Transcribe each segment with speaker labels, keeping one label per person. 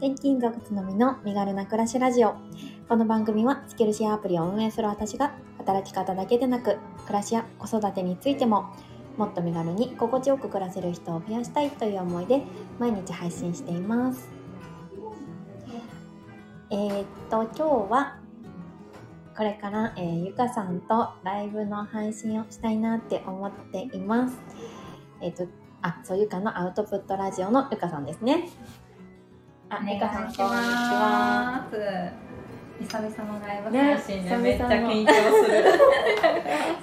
Speaker 1: 転勤族つのみの身軽な暮らしラジオこの番組はスキルシェアアプリを運営する私が働き方だけでなく暮らしや子育てについてももっと身軽に心地よく暮らせる人を増やしたいという思いで毎日配信していますえー、っと今日はこれから、えーゆかさんとライブの配信をしたいなって思っていますえーっとあそうゆかのアウトプットラジオのゆかさんですねあ
Speaker 2: お願
Speaker 1: ゆ
Speaker 2: い
Speaker 1: かさんこんに
Speaker 2: し
Speaker 1: ちは
Speaker 2: ます。久々のライブ
Speaker 1: ね
Speaker 2: 配信で、
Speaker 1: 久々の
Speaker 2: めっちゃ緊張する。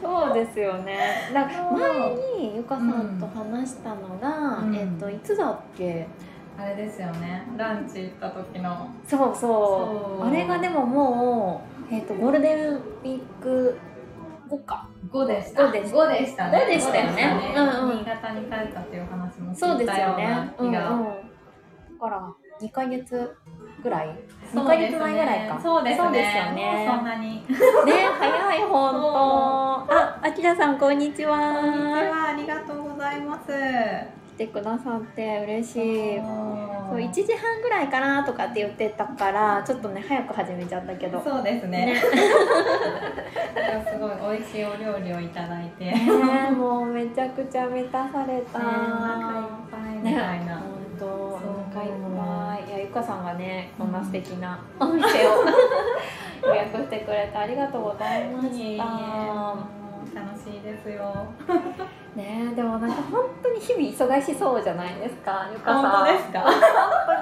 Speaker 1: そうですよね。だから
Speaker 2: そう
Speaker 1: 前にゆかさんと話したのが、
Speaker 2: うん
Speaker 1: えっといつだっけ？
Speaker 2: あれですよね。ランチ行った時の。
Speaker 1: そうそう。
Speaker 2: そう
Speaker 1: あれがでももうえっとゴールデンウィーク後か。
Speaker 2: 五でした。
Speaker 1: 五でした
Speaker 2: 五でしたね。
Speaker 1: 五でしたよね
Speaker 2: 五でし
Speaker 1: うんうん
Speaker 2: 新潟に帰ったっていう話も
Speaker 1: そう
Speaker 2: 聞
Speaker 1: で
Speaker 2: い
Speaker 1: す
Speaker 2: たよ
Speaker 1: よ
Speaker 2: うな
Speaker 1: ね。
Speaker 2: 気が。
Speaker 1: ん。だから二ヶ月ぐらい。ね
Speaker 2: そう
Speaker 1: 二ヶ月前ぐらいか
Speaker 2: そうですね。
Speaker 1: そうですよね
Speaker 2: もうそんなに。こんにち
Speaker 1: 早い本当。ああきらさんこんにちは。
Speaker 2: は。ありがとうございます。
Speaker 1: 来てくださって嬉しい。
Speaker 2: そ
Speaker 1: そう1時半ぐらいかなとかって言ってたからちょっとね早く始めちゃったけど
Speaker 2: そうですね。
Speaker 1: ね
Speaker 2: すご い美味しいお料理をいただいて。
Speaker 1: ねえもうめちゃくちゃ満たされた。
Speaker 2: お腹いっぱいみたいな。
Speaker 1: 本当お腹い
Speaker 2: そう
Speaker 1: っぱい。いやゆかさんがねこんな素敵なお店を予約してくれてありがとうございま
Speaker 2: いえい
Speaker 1: し
Speaker 2: え
Speaker 1: た。
Speaker 2: 楽しいですよ。
Speaker 1: ねえでもなんか本当に日々忙しそうじゃないですかゆかさん。
Speaker 2: 本当ですか？
Speaker 1: 本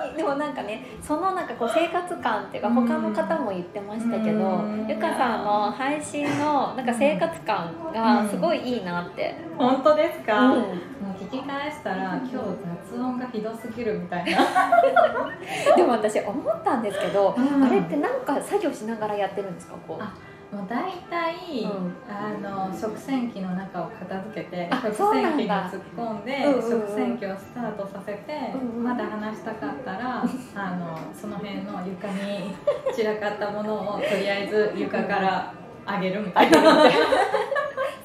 Speaker 1: 当にでもなんかねそのなんかこう生活感っていうか
Speaker 2: うん
Speaker 1: 他の方も言ってましたけど、
Speaker 2: うん
Speaker 1: ゆかさんの配信のなんか生活感がすごいいいなって、
Speaker 2: 本当です
Speaker 1: う
Speaker 2: か？もう聞き返したら今日雑音がひどすぎるみたいな。
Speaker 1: でも私思ったんですけど、
Speaker 2: うん
Speaker 1: あれってなんか作業しながらやってるんですかこう
Speaker 2: あもうだいたい
Speaker 1: うん
Speaker 2: あの食洗機の中を片付けて
Speaker 1: あ
Speaker 2: 食
Speaker 1: そうな
Speaker 2: 洗機
Speaker 1: ん
Speaker 2: に
Speaker 1: だ
Speaker 2: 突っ込んで
Speaker 1: うんうんうん
Speaker 2: 食洗機をスタートさせて
Speaker 1: うんうん
Speaker 2: まだ話したかったらあのその辺の床に散らかったものをとりあえず床から上げるみた いな。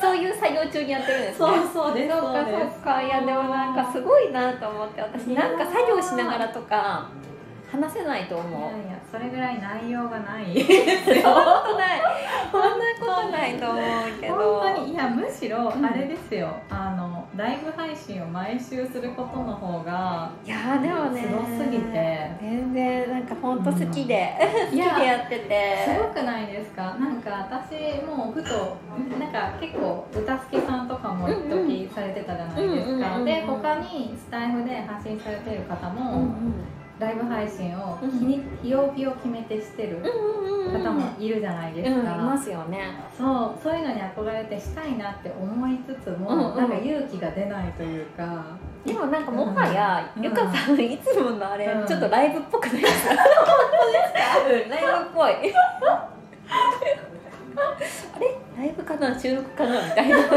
Speaker 1: そういう作業中にやってるんですね
Speaker 2: そうそうです
Speaker 1: そうかそうかいやでもなんかすごいなと思って私なんか作業しながらとか話せないと
Speaker 2: い
Speaker 1: 思う
Speaker 2: やいやそれぐらい内容がない
Speaker 1: そんなことないそんなことないと思うけど
Speaker 2: 本当にいやむしろ
Speaker 1: うん
Speaker 2: あれですよ、あのライブ配信を毎週することの方 が
Speaker 1: いやーでもね
Speaker 2: すごすぎて
Speaker 1: 全然なんかほんと好きで、
Speaker 2: い
Speaker 1: 好きでやって
Speaker 2: す
Speaker 1: て
Speaker 2: ごくないですかなんか私もうふとなんか結構歌好きさんとかも一時されてたじゃないです
Speaker 1: うんうんうんうんう
Speaker 2: か
Speaker 1: ん
Speaker 2: で他にスタイフで発信されてる方
Speaker 1: うん
Speaker 2: もライブ配信を日に日曜日を決めてしてる
Speaker 1: うんうん
Speaker 2: 方もいるじゃないです
Speaker 1: うんい
Speaker 2: か、
Speaker 1: ますよね
Speaker 2: そうそういうのに憧れてしたいなって思いつつも、
Speaker 1: うんうん
Speaker 2: なんか勇気が出ないというか
Speaker 1: でもなんかもはや、
Speaker 2: うん
Speaker 1: ゆかさんいつものあれ、
Speaker 2: うん
Speaker 1: ちょっとライブっぽくないですか うんライブっぽい あれライブかな収録かなみたいな
Speaker 2: なん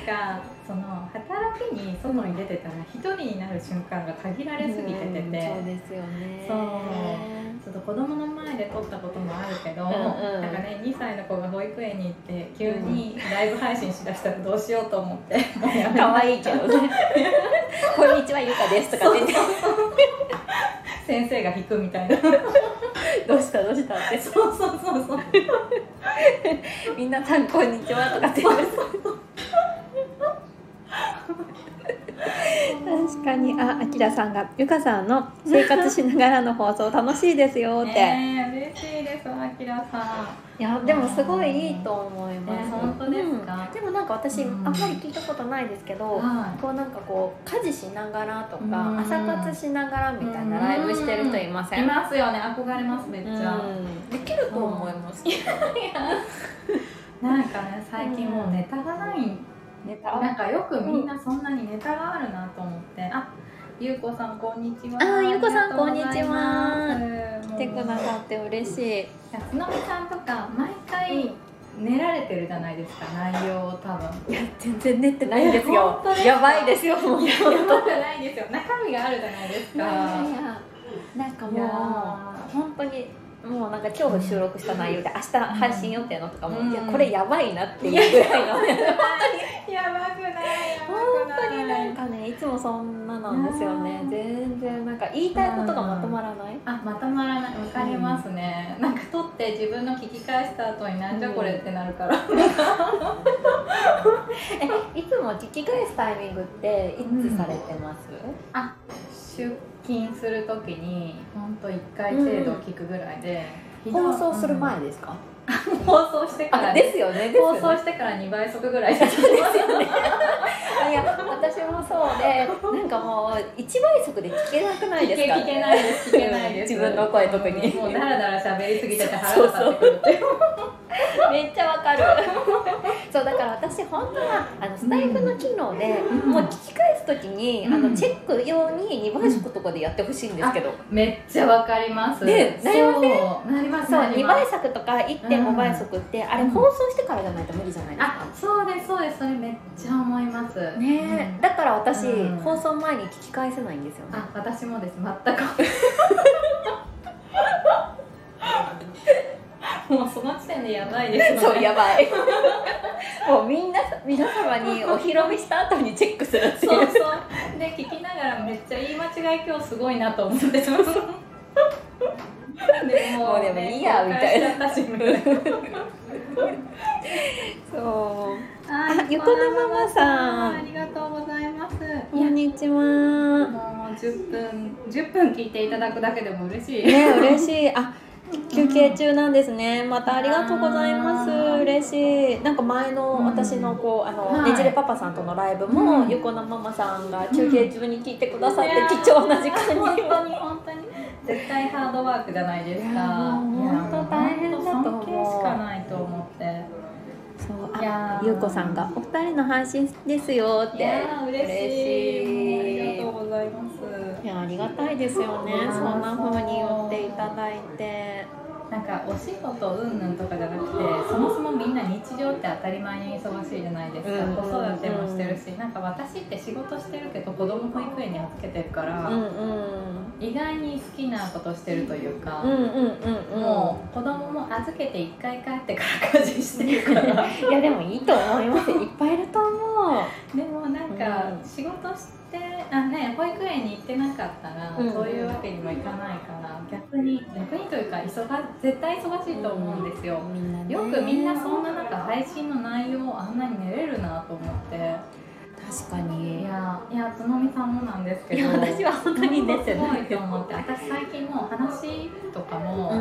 Speaker 2: かその働きに外に出てたら一人になる瞬間が限られすぎててて、
Speaker 1: うんそうですよね
Speaker 2: そうちょっと子供の前で撮ったこともあるけ
Speaker 1: ん
Speaker 2: ど、
Speaker 1: うん
Speaker 2: なんかね2歳の子が保育園に行って急にライブ配信しだしたらどうしようと思 って、もうや
Speaker 1: 可
Speaker 2: めた
Speaker 1: 愛いけどね こんにちはゆかですとか出て
Speaker 2: 先生が引くみた いな
Speaker 1: どうしたどうしたって
Speaker 2: そうそうそうそう
Speaker 1: みんなさんこんにちはとかって言うんです確かにああきらさんがゆかさんの生活しながらの放送楽しいですよって、
Speaker 2: ねえ嬉しいですあきらさん
Speaker 1: いやでもすごいいいと思います、
Speaker 2: ね本当ですか
Speaker 1: うんでもなんか私、
Speaker 2: うん
Speaker 1: あんまり聞いたことないですけど、
Speaker 2: はい
Speaker 1: こうなんかこう家事しながらとか、
Speaker 2: うん
Speaker 1: 朝活しながらみたいなライブしてる人いません、
Speaker 2: いますよね憧れますめっちゃ、
Speaker 1: うんできると思います、
Speaker 2: なんかね最近もうネタがない
Speaker 1: ネタ
Speaker 2: なんかよくみんなそんなにネタがあるなと思って、あゆうこさんこんにちは
Speaker 1: あーゆうこさん
Speaker 2: ありがとうござい
Speaker 1: こ
Speaker 2: ます
Speaker 1: 来てくださって嬉しい、
Speaker 2: いやつのみさんとか毎回練られてるじゃないですか内容を多分
Speaker 1: いや全然練ってないんですよ
Speaker 2: 本当ですか
Speaker 1: やばいですよもういや
Speaker 2: やばくないですよ中身があるじゃないですか
Speaker 1: いやなんか
Speaker 2: いや
Speaker 1: もう本当にもうなんか今日収録した内容で明日配信予定のとかも、
Speaker 2: うん
Speaker 1: いやこれやばいなっていうぐらいの
Speaker 2: ーやばくないやばくない
Speaker 1: 本当になんかねいつもそんなのなんですよね
Speaker 2: うん
Speaker 1: 全然なんか言いたいことがまとまらない、
Speaker 2: あまとまらないわかりますね、なんか取って自分の聞き返した後になんじゃこれってなるから、
Speaker 1: えいつも聞き返すタイミングっていつされてます、
Speaker 2: 出勤する時にほんと1回程度聞くぐらいで、
Speaker 1: 放送する前ですか、
Speaker 2: うん放送してから
Speaker 1: あですよねですよ
Speaker 2: 放
Speaker 1: ね
Speaker 2: 送してから2倍速ぐらいで聞きますよね
Speaker 1: いや私もそうでなんかもう一倍速で聞けなくない
Speaker 2: 聞
Speaker 1: です
Speaker 2: け
Speaker 1: か
Speaker 2: 聞けないです聞けないです
Speaker 1: 自分の声特に
Speaker 2: うんもうダラダラ喋りすぎてて腹が立ってくるって
Speaker 1: めっちゃわかる そうだから私本当はあのスタイフの機能で、
Speaker 2: うん
Speaker 1: もう聞き返す時に、
Speaker 2: うん
Speaker 1: あのチェック用に2倍速とかでやってほしいんですけど、
Speaker 2: めっちゃわかります
Speaker 1: ねなりません
Speaker 2: そうなります
Speaker 1: そう
Speaker 2: なり
Speaker 1: 2
Speaker 2: ます
Speaker 1: 倍速とか1.5倍速って、あれ放送してからじゃないと無理じゃないです
Speaker 2: あ
Speaker 1: か、
Speaker 2: そうですそうですそれめっちゃ思います
Speaker 1: ねえ
Speaker 2: うん
Speaker 1: だから私、
Speaker 2: うん
Speaker 1: 放送前に聞き返せないんですよね
Speaker 2: あ私もです 全くもうその時点でやばいです
Speaker 1: そ
Speaker 2: よ
Speaker 1: う
Speaker 2: ね
Speaker 1: やばい もうみんな皆様にお披露目した後にチェックするってい
Speaker 2: そう
Speaker 1: う
Speaker 2: そうで聞きながらめっちゃ言い間違い今日すごいなと思ってますで
Speaker 1: もうでもいいやみたいな
Speaker 2: な
Speaker 1: そう
Speaker 2: あ
Speaker 1: 横山ママさん
Speaker 2: ありがとうございます
Speaker 1: こんにちは
Speaker 2: もう10分10分聞いていただくだけでも嬉しい
Speaker 1: ね嬉しいあ休憩中なんですねまたありがとうございます
Speaker 2: あー
Speaker 1: 嬉しいなんか前の私のこうあの、
Speaker 2: はい
Speaker 1: ねじれパパさんとのライブも、
Speaker 2: うん
Speaker 1: 横山ママさんが休憩中に聞いてくださって、貴重な時間に
Speaker 2: いやー本当に本当に絶対ハードワークじゃないですか
Speaker 1: いやーもう本当大変だと思う
Speaker 2: いやー本当尊敬しかないと思って
Speaker 1: そう
Speaker 2: いや
Speaker 1: あ
Speaker 2: ー
Speaker 1: ゆうこさんが「お二人の配信ですよ」っ
Speaker 2: い
Speaker 1: て
Speaker 2: やー嬉しいもうありがとう
Speaker 1: い
Speaker 2: ございます
Speaker 1: やありがたいですよね
Speaker 2: うん
Speaker 1: そんな風に言っていただいて
Speaker 2: なんかお仕事うんぬんとかじゃなくてそもそもみんな日常って当たり前に忙しいじゃないですか、
Speaker 1: うん
Speaker 2: 子育てもしてるしなんか私って仕事してるけど子供保育園に預けてるか
Speaker 1: うん
Speaker 2: ら、
Speaker 1: うん
Speaker 2: 意外に好きなことしてるというか、
Speaker 1: うんうんうんうん
Speaker 2: もう子供も預けて1回帰ってから家事してるから
Speaker 1: いやでもいいと思いますいっぱいいると思う
Speaker 2: でもなんか
Speaker 1: うん
Speaker 2: 仕事して、あね保育園に行ってなかったら、
Speaker 1: うん
Speaker 2: そういうわけにもいかないから逆に逆にというか忙絶対忙しいと思うんですよ、
Speaker 1: みんなね
Speaker 2: よくみんなそんな中配信の内容をあんなに寝れるなと思って
Speaker 1: 確かに
Speaker 2: いやいやつのみさんもなんですけ
Speaker 1: い
Speaker 2: ど
Speaker 1: や私は本当に寝て
Speaker 2: す
Speaker 1: な
Speaker 2: ご
Speaker 1: い
Speaker 2: いと思って私最近もう話とかも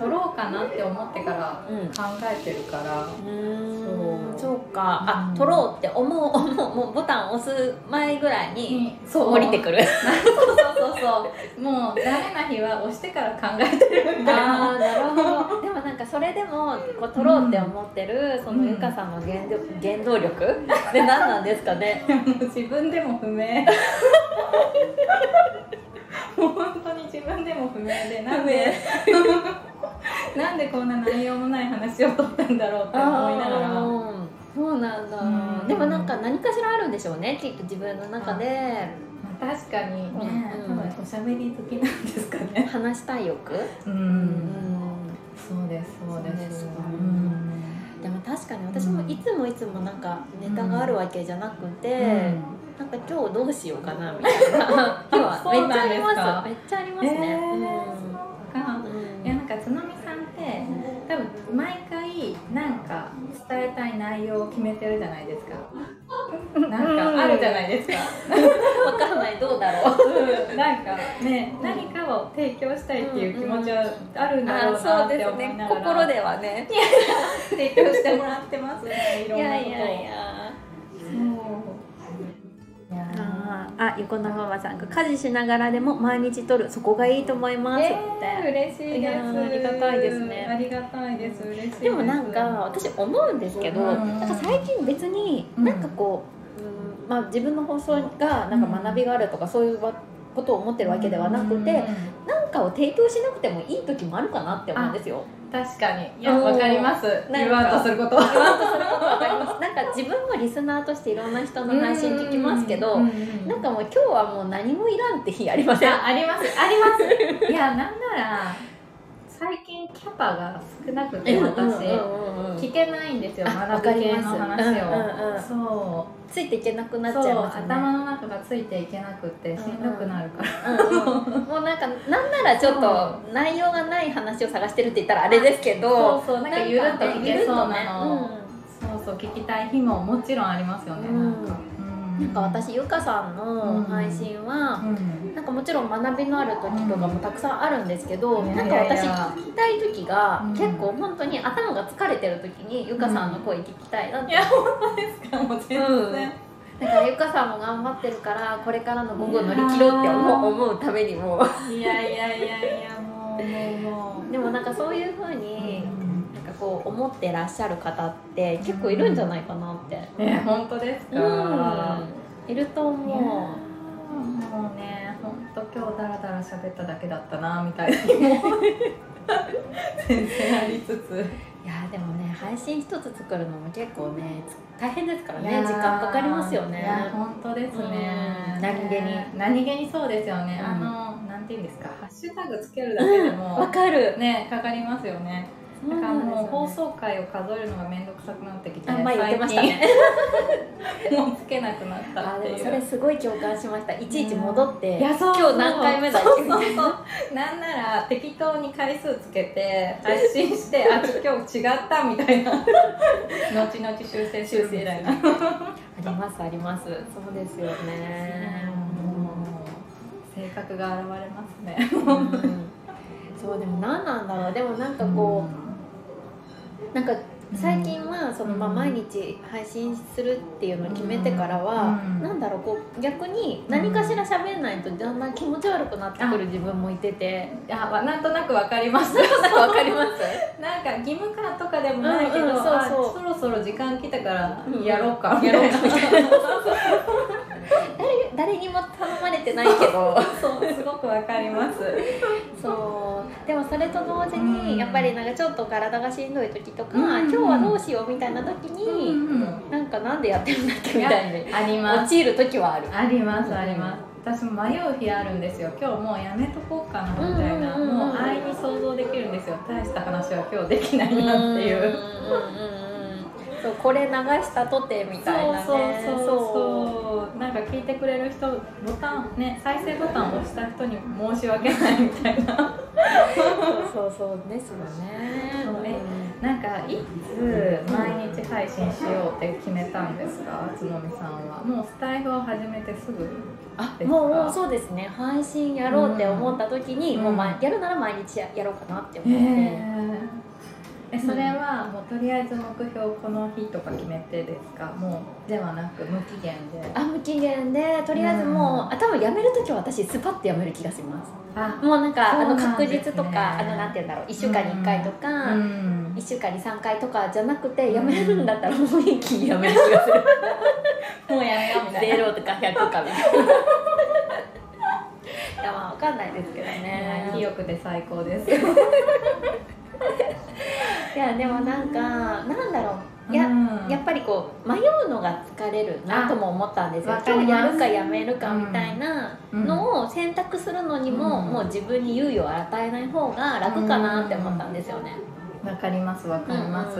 Speaker 2: 撮ろうかなって思ってから
Speaker 1: うんうん
Speaker 2: 考えてる から
Speaker 1: うーん
Speaker 2: そう
Speaker 1: そうかあ
Speaker 2: うん
Speaker 1: 取ろうって思う思うもうボタン押す前ぐらいに
Speaker 2: そう
Speaker 1: 降りてくる
Speaker 2: そうそうそうもうダメな日は押してから考えてるみたいな
Speaker 1: あーなるほどでもなんかそれでもこう取ろうって思ってるそのゆかさんの原動原動力で何なんですかね
Speaker 2: もう 自分でも不明もう本当に自分でも不明でなんで なんでこんな内容もない話を取ったんだろうって思いながら
Speaker 1: あーそうなんだ、
Speaker 2: うん
Speaker 1: でもなんか何かしらあるんでしょうねきっと自分の中で
Speaker 2: 確かにね、
Speaker 1: うん
Speaker 2: 多分おしゃべり好きなんですかね
Speaker 1: 話したい欲、
Speaker 2: う
Speaker 1: うんん
Speaker 2: そうですそう
Speaker 1: そう
Speaker 2: で
Speaker 1: です
Speaker 2: す
Speaker 1: か
Speaker 2: うん
Speaker 1: でも確かに私もいつもいつもなんかネタがあるわけじゃなくて、なんか今日どうしようかなみたい な今日 はめっちゃありますめっちゃあります
Speaker 2: え
Speaker 1: ね、
Speaker 2: ーそうか
Speaker 1: うん
Speaker 2: いやなんかつのみさんって多分毎回なんか伝えたい内容を決めてるじゃないですかなんかあるじゃないですか、
Speaker 1: わかんないどうだろう
Speaker 2: うんなんかね何かを提供したいっていう気持ちはあるんだろう
Speaker 1: あ
Speaker 2: な
Speaker 1: そう
Speaker 2: って
Speaker 1: です
Speaker 2: 思い
Speaker 1: ね
Speaker 2: ながら
Speaker 1: 心ではね
Speaker 2: 提供してもらって ますねい
Speaker 1: い
Speaker 2: ろん
Speaker 1: や
Speaker 2: なこと
Speaker 1: い
Speaker 2: を
Speaker 1: やいや
Speaker 2: そういやー
Speaker 1: あーあ横のママさんが家事しながらでも毎日撮るそこがいいと思いますって、
Speaker 2: えー、嬉しい
Speaker 1: い
Speaker 2: で
Speaker 1: や
Speaker 2: す
Speaker 1: ーありがたいですね
Speaker 2: ありがたいです嬉しいです
Speaker 1: でもなんか私思うんですけど、
Speaker 2: うん
Speaker 1: なんか最近別に
Speaker 2: うん
Speaker 1: なんかこう、うんまあ、自分の放送がなんか学びがあるとかそういうわことを思ってるわけではなくて、
Speaker 2: うん
Speaker 1: なんかを提供しなくてもいい時もあるかなって思うんですよ。
Speaker 2: 確かにいや
Speaker 1: うん
Speaker 2: わかります
Speaker 1: か
Speaker 2: 言わんとすること
Speaker 1: 言わんとすることわかりますなんか自分もリスナーとしていろんな人の配信聞きますけど、
Speaker 2: うんうんうん
Speaker 1: なんかもう今日はもう何もいらんって日ありません。
Speaker 2: あありますありますいやなんなら最近キャパが少なく
Speaker 1: うん
Speaker 2: て
Speaker 1: うん
Speaker 2: 私、
Speaker 1: うんうん
Speaker 2: 聞けないんですよ
Speaker 1: あわ
Speaker 2: 学
Speaker 1: か
Speaker 2: ぶ
Speaker 1: り
Speaker 2: 系
Speaker 1: ま
Speaker 2: の
Speaker 1: す
Speaker 2: 話を、
Speaker 1: うんうんうん
Speaker 2: そ
Speaker 1: ついていけなくな
Speaker 2: う
Speaker 1: っちゃいます
Speaker 2: そう
Speaker 1: ね
Speaker 2: 頭の中がついていけなくてしんどくなるから、
Speaker 1: うんうんもうなんかなんならちょっと内容がない話を探してるって言ったらあれですけど
Speaker 2: そうそうなんかゆるっと聞けそうなの、そうそう聞きたい日ももちろんありますよね、なんか、
Speaker 1: うんなんか私ゆかさんの配信は、
Speaker 2: うん
Speaker 1: なんかもちろん学びのある時とかもたくさんあるんですけど、
Speaker 2: うん
Speaker 1: なんか
Speaker 2: いや
Speaker 1: 私
Speaker 2: いや
Speaker 1: 聞きたい時が、
Speaker 2: うん
Speaker 1: 結構本当に頭が疲れてる時にゆかさんの声聞きたいなって、
Speaker 2: いや本当ですかもう全然、
Speaker 1: うんだからゆかさんも頑張ってるからこれからの午後乗り切ろうって思う思うために も
Speaker 2: いやいやいやいやもうもうもう
Speaker 1: でもなんかそういう風に、なんかこう思ってらっしゃる方って結構いるんじゃないかなって、
Speaker 2: え本当です
Speaker 1: う
Speaker 2: か、
Speaker 1: ん、いると
Speaker 2: もう
Speaker 1: 思う
Speaker 2: もうね本当今日ダラダラ喋っただけだったなみたいな日も全然ありつつ
Speaker 1: いやでもね配信一つ作るのも結構ねつ大変ですから
Speaker 2: いや
Speaker 1: ね
Speaker 2: ー
Speaker 1: 時間かかりますよ
Speaker 2: いや
Speaker 1: ね
Speaker 2: 本当ですね
Speaker 1: うん何気に
Speaker 2: 何気にそうですよね、
Speaker 1: うん
Speaker 2: あのなんていうんですかハッシュタグつけるだけでも
Speaker 1: わかる
Speaker 2: ねかかりますよね
Speaker 1: な
Speaker 2: なんかもう放
Speaker 1: 放送
Speaker 2: 送回を数えるのが面倒くさくなってきて
Speaker 1: あ前言ってましたね
Speaker 2: 最近 もうつけなくなった
Speaker 1: あ
Speaker 2: っ
Speaker 1: で
Speaker 2: て
Speaker 1: も
Speaker 2: い
Speaker 1: そうれすごい共感しましたいちいち戻って
Speaker 2: いやそう
Speaker 1: 今日何回目だっけみたいな
Speaker 2: なんなら適当に回数つけて発信してあ今日違ったみたいな後々修正するみたいな
Speaker 1: ありますありますそうですよね
Speaker 2: 性格が現れますね
Speaker 1: うんそうでも何なんだろうでもなんかこうなんか最近はその、まあ、
Speaker 2: うん
Speaker 1: 毎日配信するっていうのを決めてからは、
Speaker 2: うん
Speaker 1: なんだろうこう逆に何かしら喋んないとだんだん気持ち悪くなってくる自分もいてて
Speaker 2: いやわなんとなくわかります
Speaker 1: なんかわかります
Speaker 2: なんか義務感とかでもないけど、
Speaker 1: うんうんそうそう
Speaker 2: あそろそろ時間来たから
Speaker 1: うん
Speaker 2: やろうかみ
Speaker 1: や
Speaker 2: た
Speaker 1: ろ
Speaker 2: いうな、
Speaker 1: かみたいな誰誰にも頼まれてないけど
Speaker 2: そうすごくわかります
Speaker 1: そうでもそれと同時
Speaker 2: うん
Speaker 1: にやっぱりなんかちょっと体がしんどい時とか、
Speaker 2: う
Speaker 1: 今
Speaker 2: ん
Speaker 1: 日はどうしようみたいな時に、なんかなんでやってるんだっけみたいに
Speaker 2: あります
Speaker 1: 陥る時はある
Speaker 2: ありますあります私も迷う日あるんですよ今日もうやめとこうかなみたいな、
Speaker 1: うんうんうんうん
Speaker 2: もう安易に想像できるんですよ大した話は今日できない
Speaker 1: うん
Speaker 2: なっていう
Speaker 1: うんうんうんそうこれ流したとてみたいなね
Speaker 2: そうそうそうなんか聞いてくれる人ボタンね再生ボタンを押した人に申し訳ないみた いな
Speaker 1: そうそうそうですよね
Speaker 2: そうねなんかいつ毎日配信しようって決めたんですかつのみさんはもうスタイフを始めてすぐ
Speaker 1: あ
Speaker 2: ですか
Speaker 1: もうもうそうですね配信やろうって思った時に、
Speaker 2: うん
Speaker 1: もうまやるなら毎日ややろうかなって思って、
Speaker 2: ええそれはもうとりあえず目標この日とか決めてですかもうではなく無期限で
Speaker 1: あ無期限でとりあえずもう、あ多分やめる時は私スパッとやめる気がします
Speaker 2: あ
Speaker 1: もうなんか
Speaker 2: そう
Speaker 1: あの
Speaker 2: なん
Speaker 1: 確
Speaker 2: ですね
Speaker 1: 実とかあのなんて言うんだろう1週間に1回とか、
Speaker 2: うん
Speaker 1: 1週間に3回とかじゃなくてやめるんだったらもう一気にやめる気がする
Speaker 2: もうやめようみたいな
Speaker 1: 0とか100とかみ たいないやまあわかんないですけどね
Speaker 2: 記憶で最高ですい
Speaker 1: いやでもなんかなんだろういや、やっぱりこう迷うのが疲れるなとも思ったんですよ
Speaker 2: あ
Speaker 1: 今日や
Speaker 2: わかり
Speaker 1: る
Speaker 2: ま
Speaker 1: か
Speaker 2: す
Speaker 1: やめるかみたいな
Speaker 2: うん
Speaker 1: のを選択するのにも、
Speaker 2: うん
Speaker 1: もう自分に猶予を与えない方が楽かなって思ったんですよね、
Speaker 2: わかりますわかります、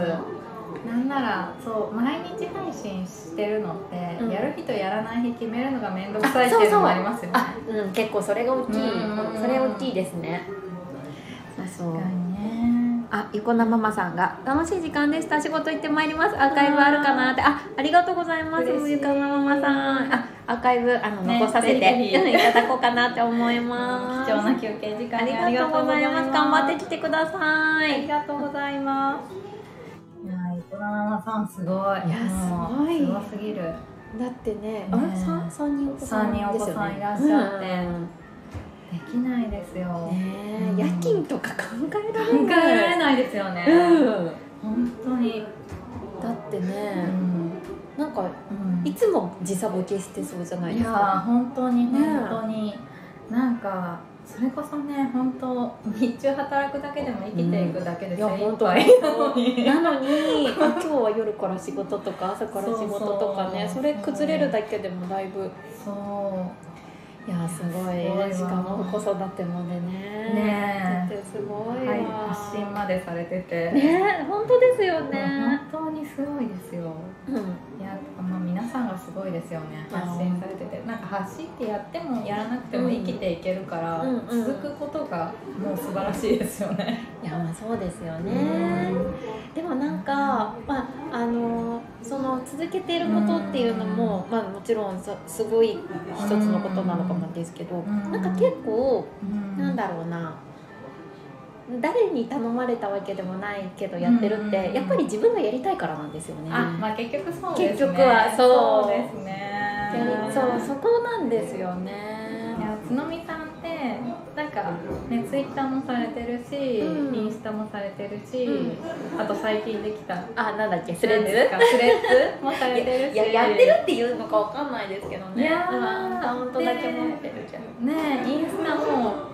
Speaker 2: なんならそう毎日配信してるのって、
Speaker 1: うん
Speaker 2: やる日とやらない日決めるのが面倒くさいっていうのもありますよね
Speaker 1: あうん結構それが大きい、
Speaker 2: うん
Speaker 1: それ大きいですね
Speaker 3: そう
Speaker 2: 確かにね
Speaker 3: あ、横名ママさんが楽しい時間でした。仕事行ってまいります。アーカイブあるかなって。あ、ありがとうございます。
Speaker 2: 嬉しい
Speaker 3: 横名ママさん。あ、アーカイブあの
Speaker 2: ね
Speaker 3: 残させて、
Speaker 2: ぜひぜひ
Speaker 3: いただこうかなって思います。
Speaker 2: 貴重な休憩時間に
Speaker 3: あ
Speaker 2: あ
Speaker 3: り
Speaker 2: り
Speaker 3: が
Speaker 2: が
Speaker 3: と
Speaker 2: と
Speaker 3: うご
Speaker 2: うご
Speaker 3: ざ
Speaker 2: ざ
Speaker 3: い
Speaker 2: い
Speaker 3: ま。
Speaker 2: ますす
Speaker 3: 頑張ってきてくださ
Speaker 2: あり
Speaker 3: い。
Speaker 2: がとうございます。いやー、イコナマさんすご
Speaker 3: い
Speaker 2: い。
Speaker 3: や
Speaker 2: も
Speaker 3: す
Speaker 2: う
Speaker 3: ごい
Speaker 2: すごすぎる。
Speaker 3: だってね、
Speaker 2: あれ
Speaker 3: 三
Speaker 2: さ
Speaker 3: 三人お子さ
Speaker 2: さ
Speaker 3: ん
Speaker 2: ん
Speaker 3: です
Speaker 2: に
Speaker 3: よね。
Speaker 2: お子さんいらっしゃって
Speaker 3: うん
Speaker 2: できないですよ。
Speaker 3: ね
Speaker 2: うん
Speaker 3: え夜勤とか考えら
Speaker 2: 考
Speaker 3: れない。
Speaker 2: えられないですよね。
Speaker 3: うん。
Speaker 2: 本当に。
Speaker 3: だって
Speaker 2: う
Speaker 3: ね、
Speaker 2: ん。
Speaker 3: なんかいつも時差ボケしてそうじゃない
Speaker 2: い
Speaker 3: です
Speaker 2: や
Speaker 3: か。
Speaker 2: ー、本当に
Speaker 3: ね
Speaker 2: 本当に、なんか。それこそね、本当日中働くだけでも生きていくだけで
Speaker 3: い
Speaker 2: 精
Speaker 3: や
Speaker 2: 一
Speaker 3: 本当
Speaker 2: 杯なのに。
Speaker 3: なのに今日は夜から仕事とか朝から仕事とかねそ
Speaker 2: そうそう
Speaker 3: れ崩れるだけでもだいぶ
Speaker 2: そう。
Speaker 1: いやすごい
Speaker 2: すごいわ
Speaker 1: しかも子育てまでね
Speaker 2: ねえ
Speaker 1: だってすごいわ、
Speaker 2: はい、発信までされてて、
Speaker 1: ねえ本当ですよね、
Speaker 2: 本当にすごいですよ
Speaker 1: うん
Speaker 2: いやまあ皆さんがすごいですよね
Speaker 1: あー
Speaker 2: 発信されててなんか発信ってやってもやらなくても生きていけるから、
Speaker 1: うんうん
Speaker 2: 続くことがもう素晴らしいですよね。
Speaker 1: いやまあそうですよね、でもなんか、まあ、あのその続けていることっていうのも、まあ、もちろんそすごい一つのことなのかもですけど、
Speaker 2: ん
Speaker 1: なんか結構
Speaker 2: うん
Speaker 1: なんだろうな誰に頼まれたわけでもないけどやってるって、
Speaker 2: うん
Speaker 1: やっぱり自分がやりたいからなんですよね。
Speaker 2: あ、まあ結局そうですね。
Speaker 1: 結局はそう
Speaker 2: ですね。
Speaker 1: やりそうそこなんですよね。
Speaker 2: いやつのみさんってなんかねツイッターもされてるし、
Speaker 1: うん
Speaker 2: インスタもされてるし、
Speaker 1: う
Speaker 2: あと最近できた
Speaker 1: あなんだっけス
Speaker 2: ス
Speaker 1: レ
Speaker 2: レッ
Speaker 1: ッ
Speaker 2: ズ
Speaker 1: ズ
Speaker 2: スレッズもされてるし
Speaker 1: いややってるっていうのかわかんないですけどね
Speaker 2: いやー
Speaker 1: うんアカウントだけ持ってるけど
Speaker 2: ねインスタも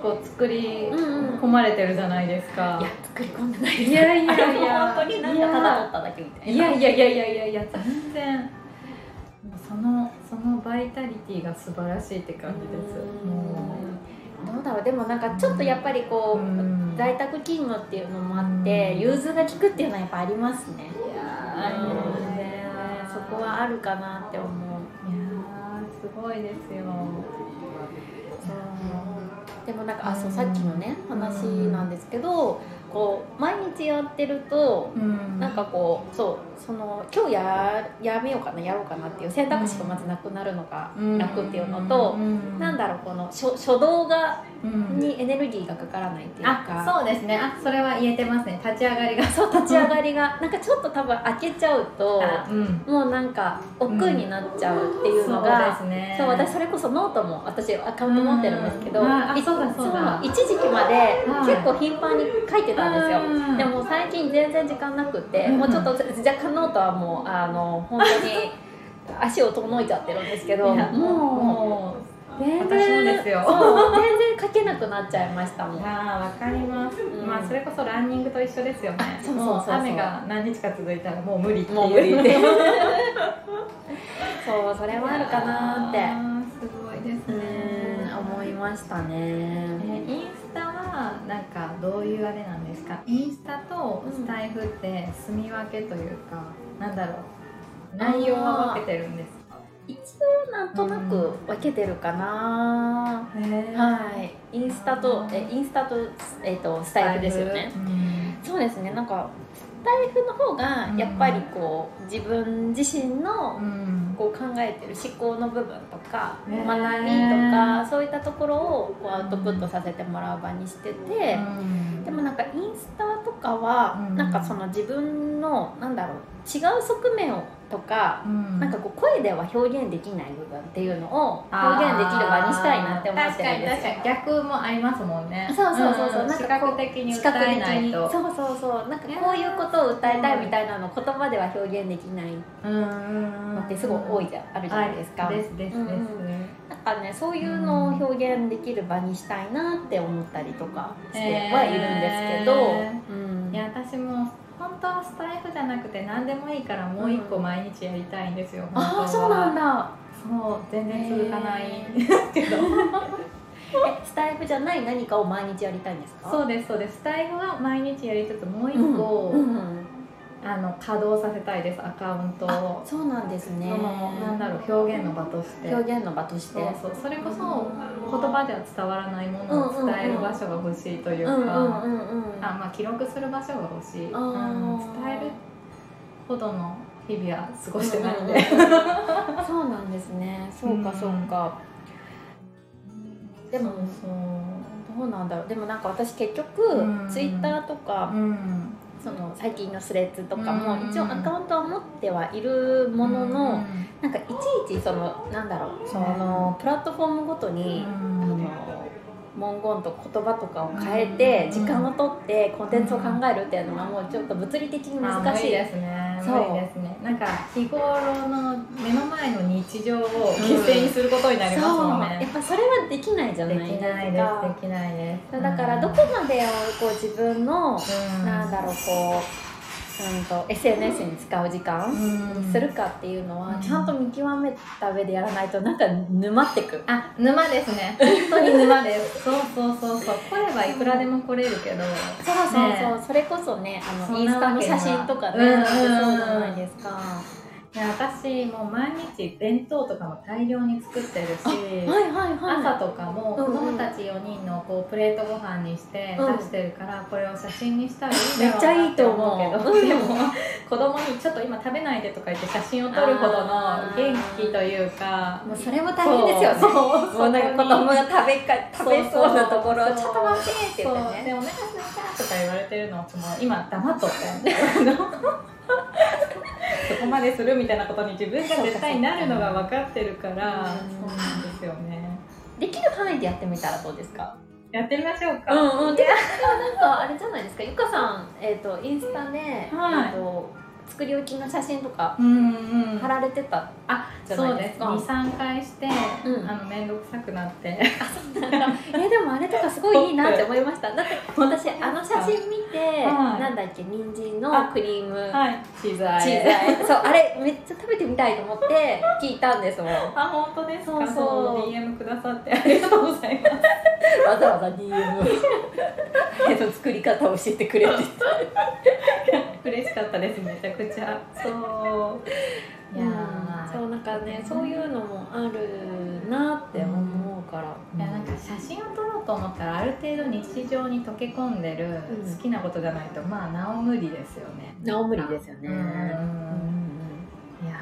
Speaker 2: こう作り
Speaker 1: うんうん
Speaker 2: 込まれてるじゃないですか
Speaker 1: いや、作り込んでないです
Speaker 2: いやいやい
Speaker 1: あ
Speaker 2: や
Speaker 1: れも本当になんかただ撮っただけみたいない
Speaker 2: やいやいやいやいやいや全然もうそのそのバイタリティが素晴らしいって感じです
Speaker 1: うん
Speaker 2: も
Speaker 1: どうだろうでもなんかちょっとやっぱり
Speaker 2: う
Speaker 1: こう、
Speaker 2: うん
Speaker 1: 在宅勤務っていうのもあって、
Speaker 2: うん
Speaker 1: 融通が利くっていうのはやっぱありますね、
Speaker 2: いやー
Speaker 1: うん
Speaker 2: いやー
Speaker 1: そこはあるかなって思う
Speaker 2: いやーすごいですよ
Speaker 1: でもなんかあそうさっきのね話なんですけどこう毎日やってると
Speaker 2: うん
Speaker 1: なんかこうそうその今日ややめようかなやろうかなっていう選択肢がまずなくなるのが楽っていうのと、なん
Speaker 2: だ、
Speaker 1: だろうこの初初動が
Speaker 2: うん
Speaker 1: にエネルギーがかからないっていう
Speaker 2: あ
Speaker 1: か、
Speaker 2: そうですねあそれは言えてますね立ち上がりが
Speaker 1: そう立ち上がりがなんかちょっと多分開けちゃうと
Speaker 2: うん
Speaker 1: もうなんか億劫になっちゃうっていうのが、
Speaker 2: そうですね
Speaker 1: そう私それこそノートも私アカウント持ってるんですけど、
Speaker 2: うんああ
Speaker 1: い
Speaker 2: そうだそうだ
Speaker 1: 一時期まで
Speaker 2: はい
Speaker 1: 結構頻繁に書いてたんですよ、
Speaker 2: うん
Speaker 1: でも最近全然時間なくて、
Speaker 2: うん
Speaker 1: もうちょっと若干ノートはもうあの本当 に足を遠のいちゃってるんですけど
Speaker 2: いや
Speaker 1: もう全然
Speaker 2: 私もですよ
Speaker 1: そう全然書けなくなっちゃいました もん
Speaker 2: ああわかります、
Speaker 1: ん
Speaker 2: まあそれこそランニングと一緒ですよね
Speaker 1: あそうそうそうそう
Speaker 2: も雨が何日か続いたらもう 無理っていう
Speaker 1: もう無理ってそうそれはあるかなって
Speaker 2: ってすごいですね
Speaker 1: うん思いました
Speaker 2: え
Speaker 1: ね
Speaker 2: ーインスタはなんかどういうあれなんですかインスタとスタイフって住み分けというか、なんだろう内容は分けてるんです
Speaker 1: 一応なんとなく分けてるかな、はいインスタとえインスタと,、えー、とスタイフですよねそうですねなんかスタイフの方がやっぱりこう自分自身の
Speaker 2: うん
Speaker 1: こう考えてる思考の部分とか
Speaker 2: ね
Speaker 1: 学びとかそういったところをこうアウトプットさせてもらう場にしてて、
Speaker 2: うん
Speaker 1: でもなんかインスタとかは、
Speaker 2: うん
Speaker 1: なんかその自分のなんだろう違う側面をとか、
Speaker 2: うん
Speaker 1: なんかこう声では表現できない部分っていうのを表現できる場にしたいなって思ってるんですよ
Speaker 2: 確かに確かに逆も合いますもんね
Speaker 1: そうそうそうそうんなん
Speaker 2: 視
Speaker 1: かこう
Speaker 2: 覚的に
Speaker 1: 視
Speaker 2: 歌
Speaker 1: 覚的
Speaker 2: えない
Speaker 1: にそう
Speaker 2: と
Speaker 1: そうそうなんかこういうことを歌いたいみたいなのを言葉では表現できないの
Speaker 2: の
Speaker 1: ってすごい多いじゃんあるじゃないですか、
Speaker 2: ですですです、
Speaker 1: うんなんかねそういうのを表現できる場にしたいなって思ったりとかしてはいるんですけど、
Speaker 2: え
Speaker 1: うん
Speaker 2: いや私も本当はスタイフじゃなくて何でもいいからもう一個毎日やりたいんですよ、本当
Speaker 1: あ
Speaker 2: は
Speaker 1: あそうなんだ
Speaker 2: そう全然続かない
Speaker 1: へ
Speaker 2: んですけど
Speaker 1: えスタイフじゃない何かを毎日やりたいんですか
Speaker 2: そううですそうですスタイフは毎日やりつつもう一
Speaker 1: ん
Speaker 2: 個、
Speaker 1: うんうん
Speaker 2: あの稼働させたいですアカウント
Speaker 1: あ
Speaker 2: を
Speaker 1: そうなんですね
Speaker 2: そのなんだろう表現の場として
Speaker 1: 表現の場とし
Speaker 2: そ
Speaker 1: て
Speaker 2: うそうそれこそ言葉では伝わらないものを伝える場所が欲しいというか、
Speaker 1: うんうんうん
Speaker 2: あまあ記録する場所が欲しい、
Speaker 1: あー
Speaker 2: うん伝えるほどの日々は過ごしてないんで、
Speaker 1: そうなんですねそうかそうか、でも
Speaker 2: そう
Speaker 1: どうなんだろうでもなんか私結局、
Speaker 2: うん
Speaker 1: ツイッターとか、
Speaker 2: ん
Speaker 1: その最近のスレッズとかも、
Speaker 2: うん
Speaker 1: 一応アカウントは持ってはいるものの、
Speaker 2: う
Speaker 1: なんかいちいちそのなんだろうそのプラットフォームごとに、あ
Speaker 2: ん
Speaker 1: の文言と言葉とかを変えて、
Speaker 2: う
Speaker 1: 時
Speaker 2: ん
Speaker 1: 間を取ってコンテンツを考えるっていうのはもうちょっと物理的に
Speaker 2: まあ
Speaker 1: 難し
Speaker 2: 無
Speaker 1: い
Speaker 2: 理ですね
Speaker 1: そう
Speaker 2: 無理ですねなんか日頃の目の前の日常を犠牲にすることになります
Speaker 1: そ
Speaker 2: も
Speaker 1: うんや
Speaker 2: ね、
Speaker 1: っぱそれはできないじゃな
Speaker 2: で
Speaker 1: い
Speaker 2: きないです
Speaker 1: か
Speaker 2: できないです
Speaker 1: だからどこまでをこう自分の、
Speaker 2: うん
Speaker 1: なんだろうこうんと SNS に使う時間にするかっていうのは
Speaker 2: うん
Speaker 1: ちゃんと見極めた上でやらないとなんか沼ってく
Speaker 2: あ沼ですね本当に沼ですそうそうそうそう来ればいくらでも来れるけど
Speaker 1: そうそうそう、
Speaker 2: ね
Speaker 1: それこそねあの
Speaker 2: そ
Speaker 1: イ
Speaker 2: ん
Speaker 1: ンス
Speaker 2: な
Speaker 1: タ
Speaker 2: わ
Speaker 1: の
Speaker 2: け
Speaker 1: 写
Speaker 2: が
Speaker 1: 真とかね、
Speaker 2: うんうんう
Speaker 1: そ
Speaker 2: ん
Speaker 1: うじゃないですか、
Speaker 2: いや私もう毎日弁当とかも大量に作ってるし
Speaker 1: いはい
Speaker 2: 朝とかも
Speaker 1: うんう
Speaker 2: 子
Speaker 1: ん
Speaker 2: 供たち4人のこうプレートご飯にして
Speaker 1: うん
Speaker 2: 出してるからこれを写真にしたらいい
Speaker 1: め
Speaker 2: だ
Speaker 1: っ
Speaker 2: ろ
Speaker 1: ちゃいいと思う
Speaker 2: なって思うけどで
Speaker 1: う
Speaker 2: も子供にちょっと今食べないでとか言って写真を撮るほどの
Speaker 1: あー
Speaker 2: 元気というか
Speaker 1: もうそれも
Speaker 2: 大変ですよね
Speaker 1: そう
Speaker 2: そう
Speaker 1: もうなんか子供が食べか食べそうなところを
Speaker 2: そう
Speaker 1: ちょっと待ってって
Speaker 2: そ
Speaker 1: 言
Speaker 2: う
Speaker 1: ってね
Speaker 2: でお腹すいたとか言われてるのをもう今黙っとって そこまでするみたいなことに自分が絶対なるのが分かってるから
Speaker 1: うん
Speaker 2: そうなんですよね
Speaker 1: できる範囲でやってみたらどうですか
Speaker 2: やってみましょうか、
Speaker 1: うんうんでなんかあれじゃないですかゆかさん、えー、とインスタで、
Speaker 2: はい
Speaker 1: えー、と作り置きの写真とか
Speaker 2: うんうん
Speaker 1: 貼られてた
Speaker 2: あ
Speaker 1: じゃな
Speaker 2: そう
Speaker 1: い
Speaker 2: で
Speaker 1: です
Speaker 2: す
Speaker 1: か
Speaker 2: 23回して、
Speaker 1: うん
Speaker 2: あの面倒くさくなって
Speaker 1: えでもあれとかすごいいいなって思いましただって私あの写真見て、
Speaker 2: はい
Speaker 1: なんだっけ人参のクリーム
Speaker 2: はいチーズあ
Speaker 1: チーズあえそうあれめっちゃ食べてみたいと思って聞いたんですもんわ
Speaker 2: あ本当ですか
Speaker 1: そうそう
Speaker 2: の DM くださってありがとうございます
Speaker 1: ざわざ DM えっと作り方を教えてくれって
Speaker 2: 嬉しかったですめちゃくちゃそういやー
Speaker 1: そうなんかねそういうのもあるなって思うから、
Speaker 2: いやなんか写真を撮ろうと思ったらある程度日常に溶け込んでる
Speaker 1: うん
Speaker 2: 好きなことじゃないと、まあなお無理ですよね。
Speaker 1: なお無理ですよね
Speaker 2: うん
Speaker 1: うん
Speaker 2: いや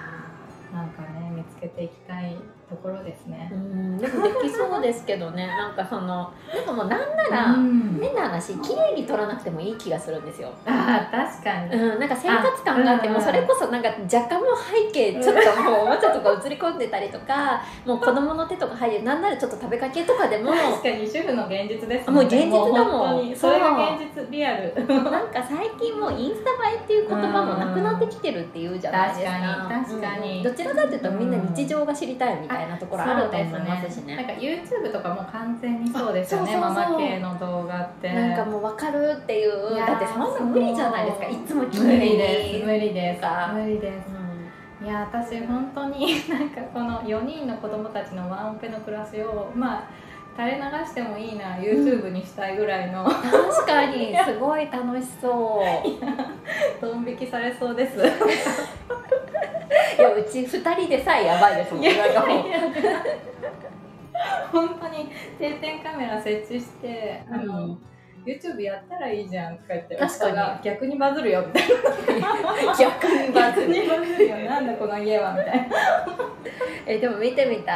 Speaker 2: ーなんかね見つけていきたいところですね。
Speaker 1: うんでもできそうですけどねなんかそのなんかもうなんな
Speaker 2: た
Speaker 1: ら、変な話綺麗に撮らなくてもいい気がするんですよ
Speaker 2: あー確か
Speaker 1: う
Speaker 2: に。
Speaker 1: ん、なんか生活感があって
Speaker 2: あ
Speaker 1: もうそれこそなんか若干もう背景ちょっともうおもちゃとか映り込んでたりとかもう子供の手とか入ってなんならちょっと食べかけとかでも
Speaker 2: 確かに主婦の現実ですもん
Speaker 1: もう現実だもん
Speaker 2: う本当にそれが現実リアル。確
Speaker 1: なんか最近もうインスタ映えっていう言葉もなくなってきてるっていうじゃないですか
Speaker 2: 確かに確かに
Speaker 1: うんどちらかというとみんな日常が知りたいみたいなところあると思いますし
Speaker 2: なん
Speaker 1: ね
Speaker 2: か YouTube とかも完全にそうですよ
Speaker 1: あそうそう
Speaker 2: ね
Speaker 1: そう
Speaker 2: ママ系の動画って。
Speaker 1: なんかもう分かるっていう
Speaker 2: いやー
Speaker 1: だってそんな無理じゃないですかいつも綺
Speaker 2: 無理
Speaker 1: 麗
Speaker 2: で
Speaker 1: に
Speaker 2: す無理です
Speaker 1: か
Speaker 2: 無理です。
Speaker 1: うん
Speaker 2: いや私本当に なんかこの4人の子供たちのワンオペの暮らしをまあ垂れ流してもいいな YouTube にしたいぐらいの
Speaker 1: 確かにすごい楽しそう
Speaker 2: ドン引きされそうです
Speaker 1: いやうち2人でさえやばいですもんなんかもう
Speaker 2: 本当に定点カメラ設置してあの、
Speaker 1: うん
Speaker 2: YouTube やったらいいじゃんとか言って
Speaker 1: 確かに
Speaker 2: 夫が逆にバズるよみたいな
Speaker 1: 逆にバズ
Speaker 2: 逆にバズるよなんだこの家はみたいない
Speaker 1: えでも見てみたい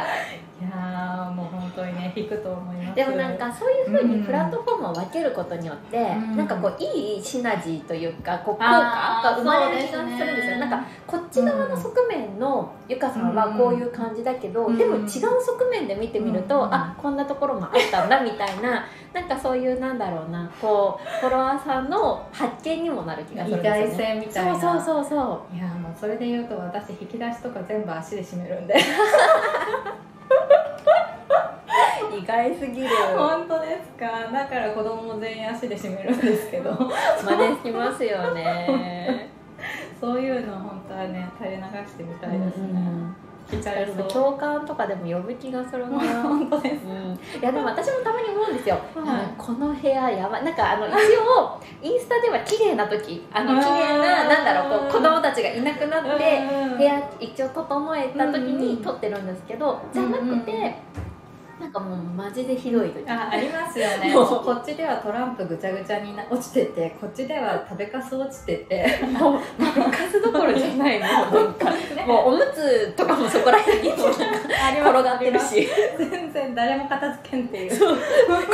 Speaker 2: やーもう本当にね引くと思います
Speaker 1: でもなんかそういうふうにプラットフォームを分けることによって、
Speaker 2: ん
Speaker 1: なんかこういいシナジーというかこう効果
Speaker 2: あー
Speaker 1: が生まれる気がするんです
Speaker 2: そう
Speaker 1: よ
Speaker 2: ですね
Speaker 1: なんかこっち側の側面のゆかさんはこういう感じだけど、
Speaker 2: うん
Speaker 1: でも違う側面で見てみると、
Speaker 2: うん
Speaker 1: あこんなところもあったんだみたいななんかそういうなんだろうなこうフォロワーさんの発見にもなる気がす
Speaker 2: 意
Speaker 1: るんですよね。
Speaker 2: 外性みたい
Speaker 1: そ
Speaker 2: な
Speaker 1: うそうそうそう
Speaker 2: いやーもうそれで言うと私引き出しとか全部足で締めるんで
Speaker 1: 意外すぎる
Speaker 2: 本当ですかだから子供も全員足で締めるんですけど
Speaker 1: 真似しますよね。
Speaker 2: そういうの本当はね垂れ流してみたいですね、引き出しそう
Speaker 1: 共感とかでも呼ぶ気がするな、うん、
Speaker 2: 本当です
Speaker 1: いやでも私もたまに思うんですよ、
Speaker 2: はい
Speaker 1: うんこの部屋やばいなんかあの一応インスタでは綺麗な時あの
Speaker 2: うん
Speaker 1: 綺麗ななんだろうこう子供たちがいなくなって
Speaker 2: うん
Speaker 1: 部屋一応整えた時
Speaker 2: うん
Speaker 1: に
Speaker 2: うん
Speaker 1: 撮ってるんですけど、じゃなくて、
Speaker 2: うん
Speaker 1: なんかもうマジでひどい時
Speaker 2: あありますよね
Speaker 1: もう
Speaker 2: こっちではトランプぐちゃぐちゃにな落ちててこっちでは食べかす落ちて て
Speaker 1: もうなんか数どころじゃないも うなんかもうおむつとか もそこら辺にもなんか 転がってるし
Speaker 2: 全然誰も片付けんっていう
Speaker 1: そう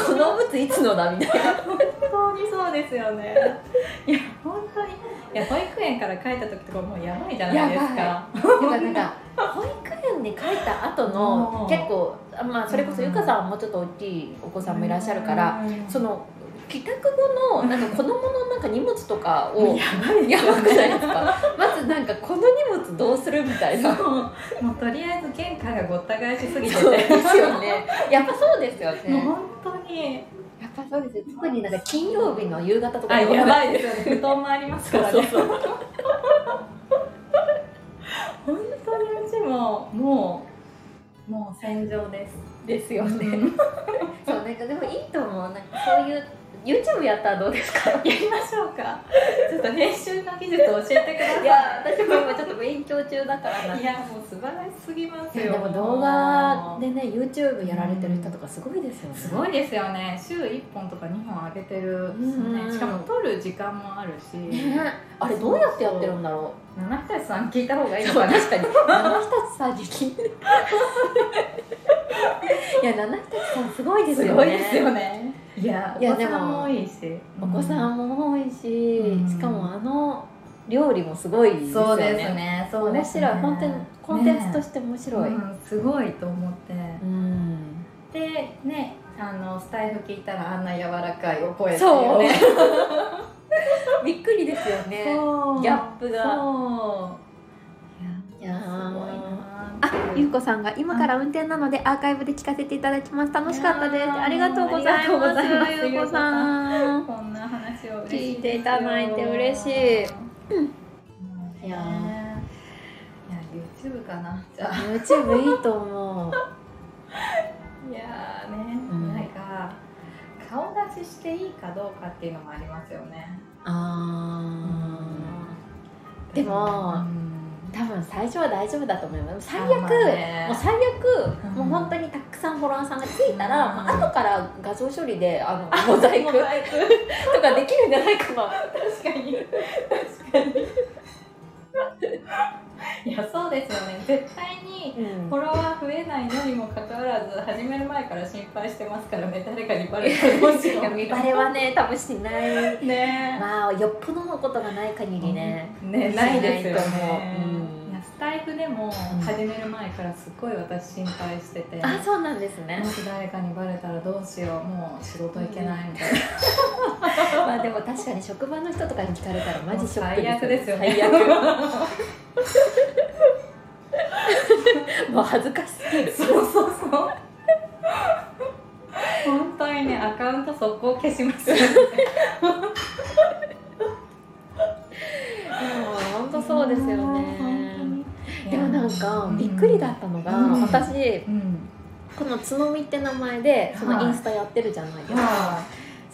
Speaker 1: このおむついつのだみたいな
Speaker 2: 本当にそうですよね いや本当にいや保育園から帰った時とかもうやばいじゃないですか
Speaker 1: だからなんか保育園に帰った後の
Speaker 2: うん
Speaker 1: 結構あまあそれこそゆかさんはもうちょっと大きいお子さんもいらっしゃるから、
Speaker 2: うん
Speaker 1: その帰宅後のなんか子供のなんか荷物とかを
Speaker 2: やばいで
Speaker 1: や
Speaker 2: す
Speaker 1: ば
Speaker 2: よ
Speaker 1: く
Speaker 2: ね
Speaker 1: ないですかまずなんかこの荷物どうするみたいな
Speaker 2: もうもうとりあえず玄関がごった返しすぎてて
Speaker 1: そうですよねやっぱそうですよ
Speaker 2: もう
Speaker 1: ね
Speaker 2: 本当に
Speaker 1: やっぱそうですね特になんか金曜日の夕方とか
Speaker 2: あ、やば
Speaker 1: い
Speaker 2: いですよね。布団もありますからね。
Speaker 4: そうそう
Speaker 2: 本当にうちも、もう、もう戦場です。
Speaker 4: ですよね、
Speaker 2: う
Speaker 4: や
Speaker 2: ん
Speaker 4: り
Speaker 1: そうなんかでもいいと思うなんかそういう YouTube やったらどうですか
Speaker 2: ましょうか。 ちょっと編集の技術教えてください。
Speaker 1: いや 私も今ちょっと勉強中だからない
Speaker 2: やもう素晴らしすぎます
Speaker 1: いや
Speaker 2: よ
Speaker 1: でも動画でね YouTube やられてる人とかすごいですよね
Speaker 2: すごいですよね週1本とか2本上げてる、
Speaker 1: うん
Speaker 2: ね、しかも撮る時間もあるし、
Speaker 1: ねあれどうやってやってるんだろ
Speaker 2: 七日さん聞いた方が
Speaker 1: う
Speaker 2: いいの
Speaker 1: そう
Speaker 2: かな
Speaker 1: 確かに七日さんに聞い ていや七日さんすごいです
Speaker 2: す
Speaker 1: よね
Speaker 2: ごいですよねいや
Speaker 1: いや
Speaker 2: お子さんも多
Speaker 1: で
Speaker 2: いし
Speaker 1: お子さんも多いし、
Speaker 2: うん
Speaker 1: しかもあの料理もすごいですよね
Speaker 2: そうですねそうで
Speaker 1: 面
Speaker 2: す
Speaker 1: 白
Speaker 2: ね
Speaker 1: い、コンテンコンテンツとして面白い、
Speaker 2: うんすごいと思っ
Speaker 1: う
Speaker 2: て
Speaker 1: ん
Speaker 2: でねあのスタイフ聞いたらあんな柔らかいお声ってい
Speaker 1: そうう
Speaker 2: ね
Speaker 1: びっくりですよね
Speaker 2: そう
Speaker 1: ギャップが
Speaker 2: そういやすごいな
Speaker 5: あ
Speaker 2: っていう
Speaker 5: ゆうこさんが今から運転なのでアーカイブで聞かせていただきます楽しかったで
Speaker 2: い
Speaker 5: す
Speaker 2: やー
Speaker 5: ありがとうございます
Speaker 2: ありがとうございます
Speaker 5: ゆうこさん
Speaker 2: こんな話を嬉し
Speaker 5: 聞いていただいて嬉しい
Speaker 2: ですよ
Speaker 1: いや
Speaker 2: いや YouTube かなじゃあ
Speaker 1: YouTube いいと思う
Speaker 2: いやーね、
Speaker 1: うん
Speaker 2: なんか顔出ししていいかどうかっていうのもありますよね、
Speaker 1: あ
Speaker 2: うん
Speaker 1: でも
Speaker 2: うん
Speaker 1: ー多分最初は大丈夫だと思います最悪、
Speaker 2: あまあね
Speaker 1: もう最悪、
Speaker 2: うん
Speaker 1: もう本当にたくさんフォロワーさんがついたら、
Speaker 2: うん
Speaker 1: まあ後から画像処理であのモザイクとかできるんじゃないかな
Speaker 2: 確かに確かにいやそうですよね絶対に
Speaker 1: うん
Speaker 2: フォロワー増えないのにもかかわらず始める前から心配してますからね誰かにバレたらどうしよう
Speaker 1: 見バレはね多分しない
Speaker 2: ね
Speaker 1: まあよっぽどのことがない限りね、
Speaker 2: ねないですよね
Speaker 1: ないと思ううん
Speaker 2: いやスタイフでも始める前からすっごい私心配してて、
Speaker 1: あそうなんですね
Speaker 2: もし誰かにバレたらどうしようもう仕事行けないみたい な、
Speaker 1: まあでも確かに職場の人とかに聞かれたらマジショック
Speaker 2: 最悪ですよね
Speaker 1: 最悪 もう恥ずかしすぎる
Speaker 2: そうそうそう本当にねアカウント速攻消しますよね
Speaker 1: 本当そうですよねでもなんかびっくりだったのが、
Speaker 2: うん
Speaker 1: 私
Speaker 2: うん
Speaker 1: このつのみって名前でそのインスタやってるじゃないですか、
Speaker 2: は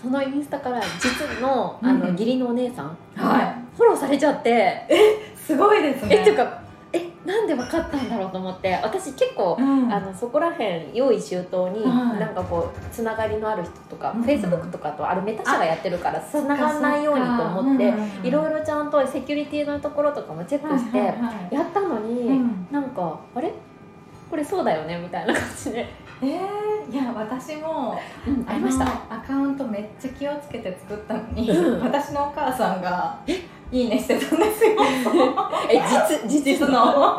Speaker 1: そのインスタから実の
Speaker 2: うん
Speaker 1: あの義理のお姉さん、
Speaker 2: い、は
Speaker 1: フォローされちゃってえ
Speaker 2: い、すごいですね
Speaker 1: っていうかえなんで分かったんだろうと思って私結構
Speaker 2: うん
Speaker 1: あのそこら辺用意周到に、
Speaker 2: はい
Speaker 1: なんかこうつながりのある人とか、
Speaker 2: うん
Speaker 1: Facebook とかとあれメタ社がやってるからつながらないようにと思って、いろいろちゃんとセキュリティのところとかもチェックして、やったのに、
Speaker 2: うん
Speaker 1: なんかあれこれそうだよねみたいな感じで、
Speaker 2: えー、いや私も
Speaker 1: うんありました
Speaker 2: のアカウントめっちゃ気をつけて作ったのに、
Speaker 1: うん
Speaker 2: 私のお母さんが「いいね」してたんですよ
Speaker 1: え実 実
Speaker 2: 実
Speaker 1: の
Speaker 2: の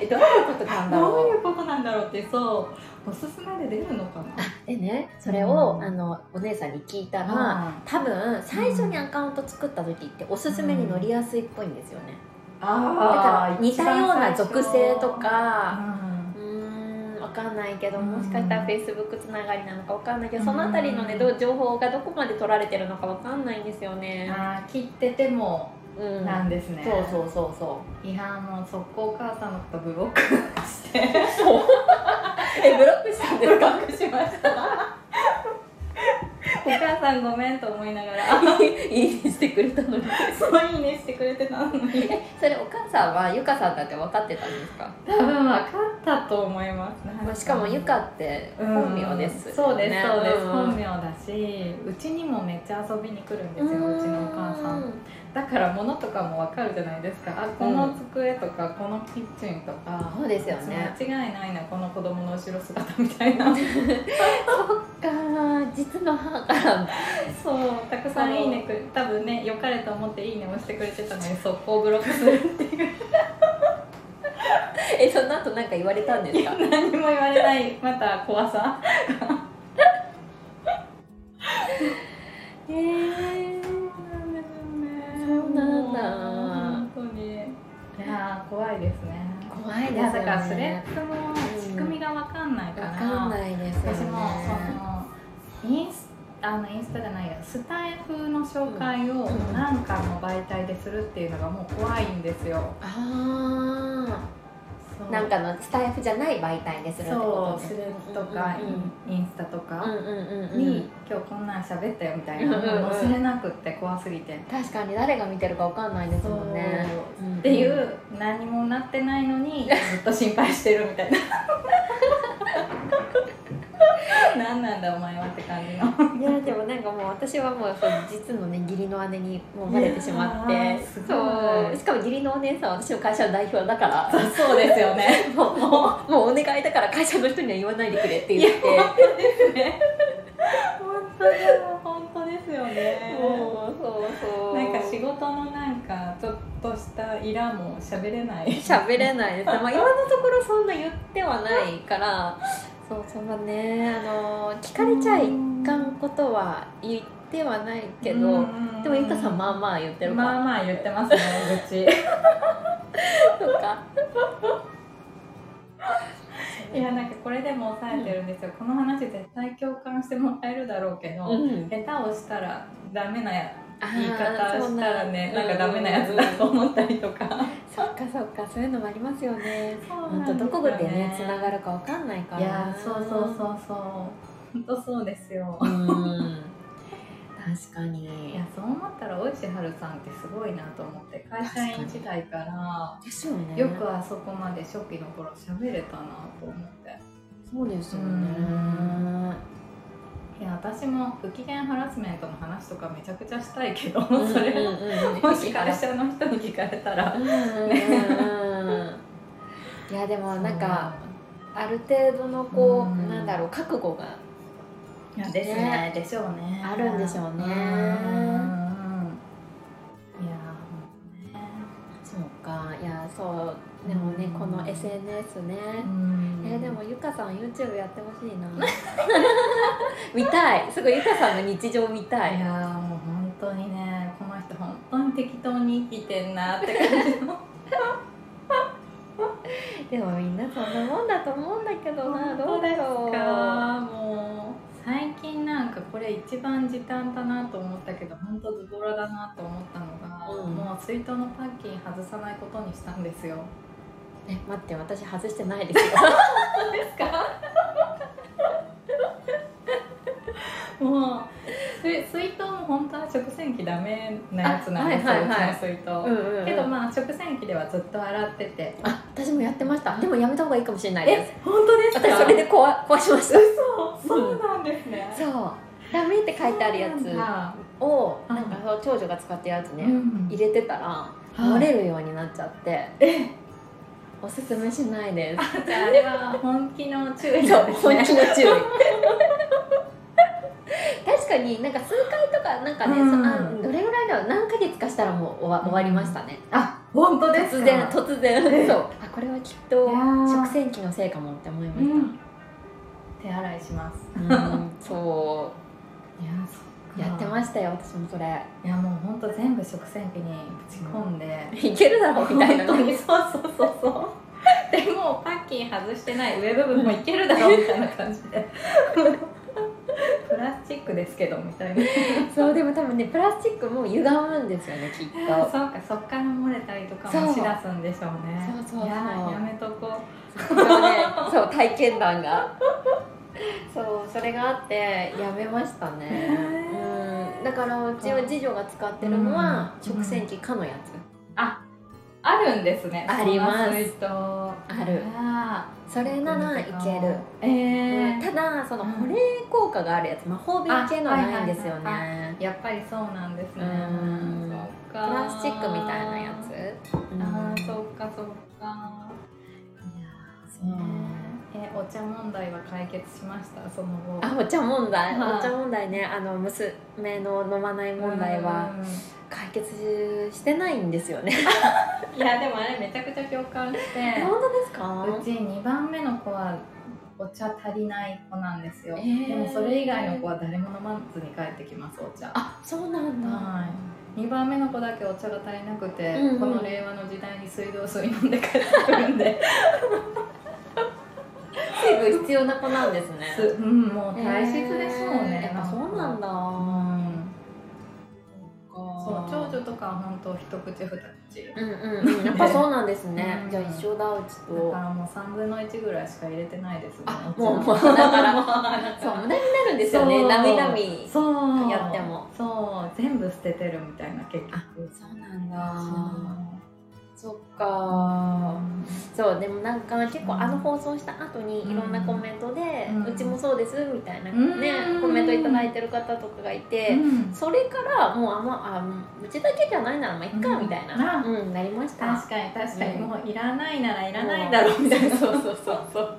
Speaker 1: えどういうことなんだ
Speaker 2: どうい
Speaker 1: ろう
Speaker 2: うことなんだろうってそうおすすめで出るのかな
Speaker 1: でねそれを、
Speaker 2: うん
Speaker 1: あのお姉さんに聞いたら、多分最初にアカウント作った時っておすすめに乗りやすいっぽいんですよね、だか
Speaker 2: あ
Speaker 1: ら
Speaker 2: ー
Speaker 1: 似たような属性と
Speaker 2: う
Speaker 1: か
Speaker 2: ん
Speaker 1: うーんわかんないけど
Speaker 2: うん
Speaker 1: もしかしたらフェイスブックつながりなのかわかんないけどそのあたりのね
Speaker 2: うん
Speaker 1: どう情報がどこまで取られてるのかわかんないんですよね
Speaker 2: あー切ってても
Speaker 1: うん
Speaker 2: なんですね、
Speaker 1: そうそうそうそ
Speaker 2: いやーもう速攻お母さんのことブロックして
Speaker 1: うそうえブロックしたんですか
Speaker 2: クしましたお母さんごめんと思いながら
Speaker 1: いいねしてくれた のに
Speaker 2: そういいねしてくれてたのに
Speaker 1: それお母さんはゆかさんだって分かってたんですか、
Speaker 2: 多分分かったと思いますなん
Speaker 1: ま
Speaker 2: か
Speaker 1: あ、しかもゆかって本名です、
Speaker 2: うんそうですそうです、
Speaker 1: ん
Speaker 2: 本名だしうちにもめっちゃ遊びに来るんですようちのお母さん
Speaker 1: う
Speaker 2: だから物とかも分かるじゃないですかあこの机とかこのキッチンとか、
Speaker 1: そうですよね
Speaker 2: 間違いないなこの子供の後ろ姿みたいな
Speaker 1: か実の母から
Speaker 2: そうたくさんいいねくれ多分ね良かれと思っていいね押してくれてたのに速攻ブロックする っていう
Speaker 1: えその後なんか言われたんですか
Speaker 2: 何も言われないまた怖さ
Speaker 1: へ え
Speaker 2: そう
Speaker 1: なんだ
Speaker 2: 本当にいやー怖いですね
Speaker 1: 怖い
Speaker 2: い
Speaker 1: です
Speaker 2: や
Speaker 1: よ
Speaker 2: だからスレ
Speaker 1: ね
Speaker 2: ッズも仕組みが分かんないか
Speaker 1: わ
Speaker 2: ら、
Speaker 1: かんないですよ
Speaker 2: 私
Speaker 1: ね
Speaker 2: もそのインスあのインスタじゃないやスタイフの紹介を何かの媒体でするっていうのがもう怖いんですよ。
Speaker 1: あ
Speaker 2: そう
Speaker 1: あなんかのスタイフじゃない媒体でするってこ
Speaker 2: そ
Speaker 1: と
Speaker 2: うス
Speaker 1: ね
Speaker 2: レッドとか、インインスタと
Speaker 1: うん
Speaker 2: か
Speaker 1: うんうん
Speaker 2: に、
Speaker 1: うん
Speaker 2: 今日こんなん喋ったよみたいな
Speaker 1: うんうんうん
Speaker 2: の載せれなくって怖すぎて。
Speaker 1: 確かに誰が見てるかわかんないですもんねっ
Speaker 2: っていう何もなってないのにずっと心配してるみた いな何なんだお前はって感じの
Speaker 1: いやでもなんかもう私はもうそう実のね義理の姉にもうバレてしまっ
Speaker 2: いや
Speaker 1: て
Speaker 2: ーすごい
Speaker 1: そうしかも義理のお姉さんは私の会社の代表だ から
Speaker 2: そうですよね
Speaker 1: もうもうもうお願いだから会社の人には言わないでくれって言って
Speaker 2: 本当でも本当ですよね
Speaker 1: もうそうそう
Speaker 2: なんか仕事のなんかちょっとしたイラも喋れない
Speaker 1: 喋れないです、まあ、今のところそんな言ってはないからそうそんなねあの聞かれちゃいかんことは言ってはないけど、でもゆかさんまあまあ言ってるから、
Speaker 2: まあまあ言ってますね愚痴
Speaker 1: とか
Speaker 2: いやなんかこれでも抑えてるんですよ、この話絶対共感してもらえるだろうけど、
Speaker 1: うん
Speaker 2: 下手をしたらダメなや
Speaker 1: あー
Speaker 2: 言い方したらね
Speaker 1: そ
Speaker 2: な
Speaker 1: うん
Speaker 2: かダメなやつだと思ったりとか
Speaker 1: そっかそっかそういうのもありますよね
Speaker 2: 本
Speaker 1: 本当どこでねつながるかわかんないから
Speaker 2: いやーそうそうそうそう本当そうですよ
Speaker 1: うん確か
Speaker 2: い
Speaker 1: に
Speaker 2: やそう思ったら大石春さんってすごいなと思って会社員時代から
Speaker 1: ですよね
Speaker 2: よくあそこまで初期の頃喋れたなと思って
Speaker 1: そうですよね
Speaker 2: うんいや私も不機嫌ハラスメントの話とかめちゃくちゃしたいけど、 それ
Speaker 1: うん
Speaker 2: も
Speaker 1: うんうん
Speaker 2: し会社の人に聞かれたら
Speaker 1: うんうんうんうんいやでもなんかある程度のこ
Speaker 2: う
Speaker 1: うんなんだろう覚悟が
Speaker 2: いやですね
Speaker 1: ね
Speaker 2: でしょうね
Speaker 1: あるんでしょうね
Speaker 2: んうんいや
Speaker 1: そうかいやそうでもね
Speaker 2: うん
Speaker 1: この SNS ね
Speaker 2: ーうん
Speaker 1: えーでもゆかさん YouTube やってほしいな 見たいすごいゆかさんの日常見た
Speaker 2: い
Speaker 1: い
Speaker 2: やーもう本当にねこの人本当に適当に生きてんなって感じの
Speaker 1: でもみんなそんなもんだと思うんだけどな
Speaker 2: 本
Speaker 1: ど
Speaker 2: 当
Speaker 1: う
Speaker 2: で
Speaker 1: だ
Speaker 2: す
Speaker 1: ろう
Speaker 2: かもう最近なんかこれ一番時短だなと思ったけど本当ズボラだなと思ったのが、
Speaker 1: うん
Speaker 2: もう水筒のパッキン外さないことにしたんですよ
Speaker 1: え待って私外してないですよ
Speaker 2: ですか もう水水筒も本当は食洗機ダメなやつなんですよ、
Speaker 1: あはいはいはいう
Speaker 2: ちの水 筒、
Speaker 1: うんうん
Speaker 2: けどまあ食洗機ではずっと洗ってて
Speaker 1: あ私もやってましたでもやめた方がいいかもしれないです
Speaker 2: 本当で
Speaker 1: 私それで壊壊しました
Speaker 2: そうそうなんですね
Speaker 1: そうダメって書いてあるやつを
Speaker 2: うん
Speaker 1: なんかそう長女が使ってるやつね、
Speaker 2: うん
Speaker 1: 入れてたら
Speaker 2: い
Speaker 1: 漏れるようになっちゃって、おすすめしないです
Speaker 2: じゃああれは本気の注意
Speaker 1: そう
Speaker 2: なんです
Speaker 1: 本
Speaker 2: ね
Speaker 1: 気の注意確かになんか数回とかなんかね、
Speaker 2: うん
Speaker 1: そあどれぐらいだろう何ヶ月かしたらもう終わ終わりましたね、
Speaker 2: あ本当です
Speaker 1: 突
Speaker 2: か
Speaker 1: 然突然
Speaker 2: え
Speaker 1: そうあこれはきっと
Speaker 2: いやー
Speaker 1: 食洗機のせいかもって思いま
Speaker 2: う
Speaker 1: し
Speaker 2: ん手洗いします
Speaker 1: た、うん、そ
Speaker 2: いや
Speaker 1: うやって
Speaker 2: す
Speaker 1: ましたよ私もそれ
Speaker 2: いやもう本当全部食洗機にぶち込んで、
Speaker 1: いけるだろうみたいな
Speaker 2: 本当
Speaker 1: ね
Speaker 2: にそうそうそうそうでもパッキン外してない上部分もいけるだろうみたいな感じ でプラスチックですけどみたいな
Speaker 1: そうでも多分ねプラスチックも歪むんですよねきっ
Speaker 2: そう
Speaker 1: と
Speaker 2: かそっから漏れたりとかもしだすんでしょうね
Speaker 1: そうそうそう
Speaker 2: いやーやめとこ
Speaker 1: そう,、ね、そう体験談が そうそれがあってやめましたねうんだからうちは次女が使ってるのは
Speaker 2: うん
Speaker 1: 食洗機かのやつ
Speaker 2: あるんですね
Speaker 1: あります
Speaker 2: そんな水筒あ
Speaker 1: るそれならいける、
Speaker 2: えー
Speaker 1: ただその
Speaker 2: うん
Speaker 1: 保冷効果があるやつ魔法瓶系のはないんですよ
Speaker 2: あはいは
Speaker 1: ね
Speaker 2: やっぱりそうなんですね
Speaker 1: うん
Speaker 2: そっ
Speaker 1: プ
Speaker 2: か
Speaker 1: ラスチックみたいなやつうん
Speaker 2: あーそっかそっかいや
Speaker 1: そう
Speaker 2: ーえお茶問題は解決しましたその後
Speaker 1: あお茶問題、
Speaker 2: はい
Speaker 1: お茶問題ねあの娘の飲まない問題は
Speaker 2: う
Speaker 1: 解決してないんですよね。
Speaker 2: んいやでもあれめちゃくちゃ共感して
Speaker 1: 本当ですか
Speaker 2: うち2番目の子はお茶足りない子なんですよ、
Speaker 1: えー
Speaker 2: でもそれ以外の子は誰も飲まずに帰ってきますお茶
Speaker 1: あ、そうなんだ。
Speaker 2: はい2番目の子だけお茶が足りなくて、
Speaker 1: うんうん
Speaker 2: この令 和の時代に水道水飲んで帰ってくるんで
Speaker 1: 水分必要な子なんですね
Speaker 2: すうん、もう体質でしょうね、
Speaker 1: えーやっぱそうなんだ、
Speaker 2: うんそう長
Speaker 1: そ
Speaker 2: 女とかは本当一口二口
Speaker 1: ううんうんうんやっぱそうなんですね、
Speaker 2: うん
Speaker 1: じゃあ一緒だうち
Speaker 2: だ
Speaker 1: と
Speaker 2: からもう3分の1ぐらいしか入れてないですね
Speaker 1: あ
Speaker 2: ち
Speaker 1: も
Speaker 2: の
Speaker 1: う もうだから そう無駄になるんですよ
Speaker 2: そ
Speaker 1: ね
Speaker 2: う
Speaker 1: なみなみ
Speaker 2: そう
Speaker 1: やっても
Speaker 2: そう全部捨ててるみたいな結局
Speaker 1: そうなんだそっかそうでもなんか結構あの放送した後にいろんなコメントで、
Speaker 2: う
Speaker 1: うんちもそうですみたいな
Speaker 2: うん
Speaker 1: ね、コメントいただいてる方とかがいて、
Speaker 2: うん
Speaker 1: それからもうあんまあもううちだけじゃないならまあいっか、
Speaker 2: うん
Speaker 1: みたいな、
Speaker 2: な
Speaker 1: うん、なりました
Speaker 2: 確かに確かに、
Speaker 1: うん
Speaker 2: もういらないならいらないだろうみたいな
Speaker 1: そうそうそうそう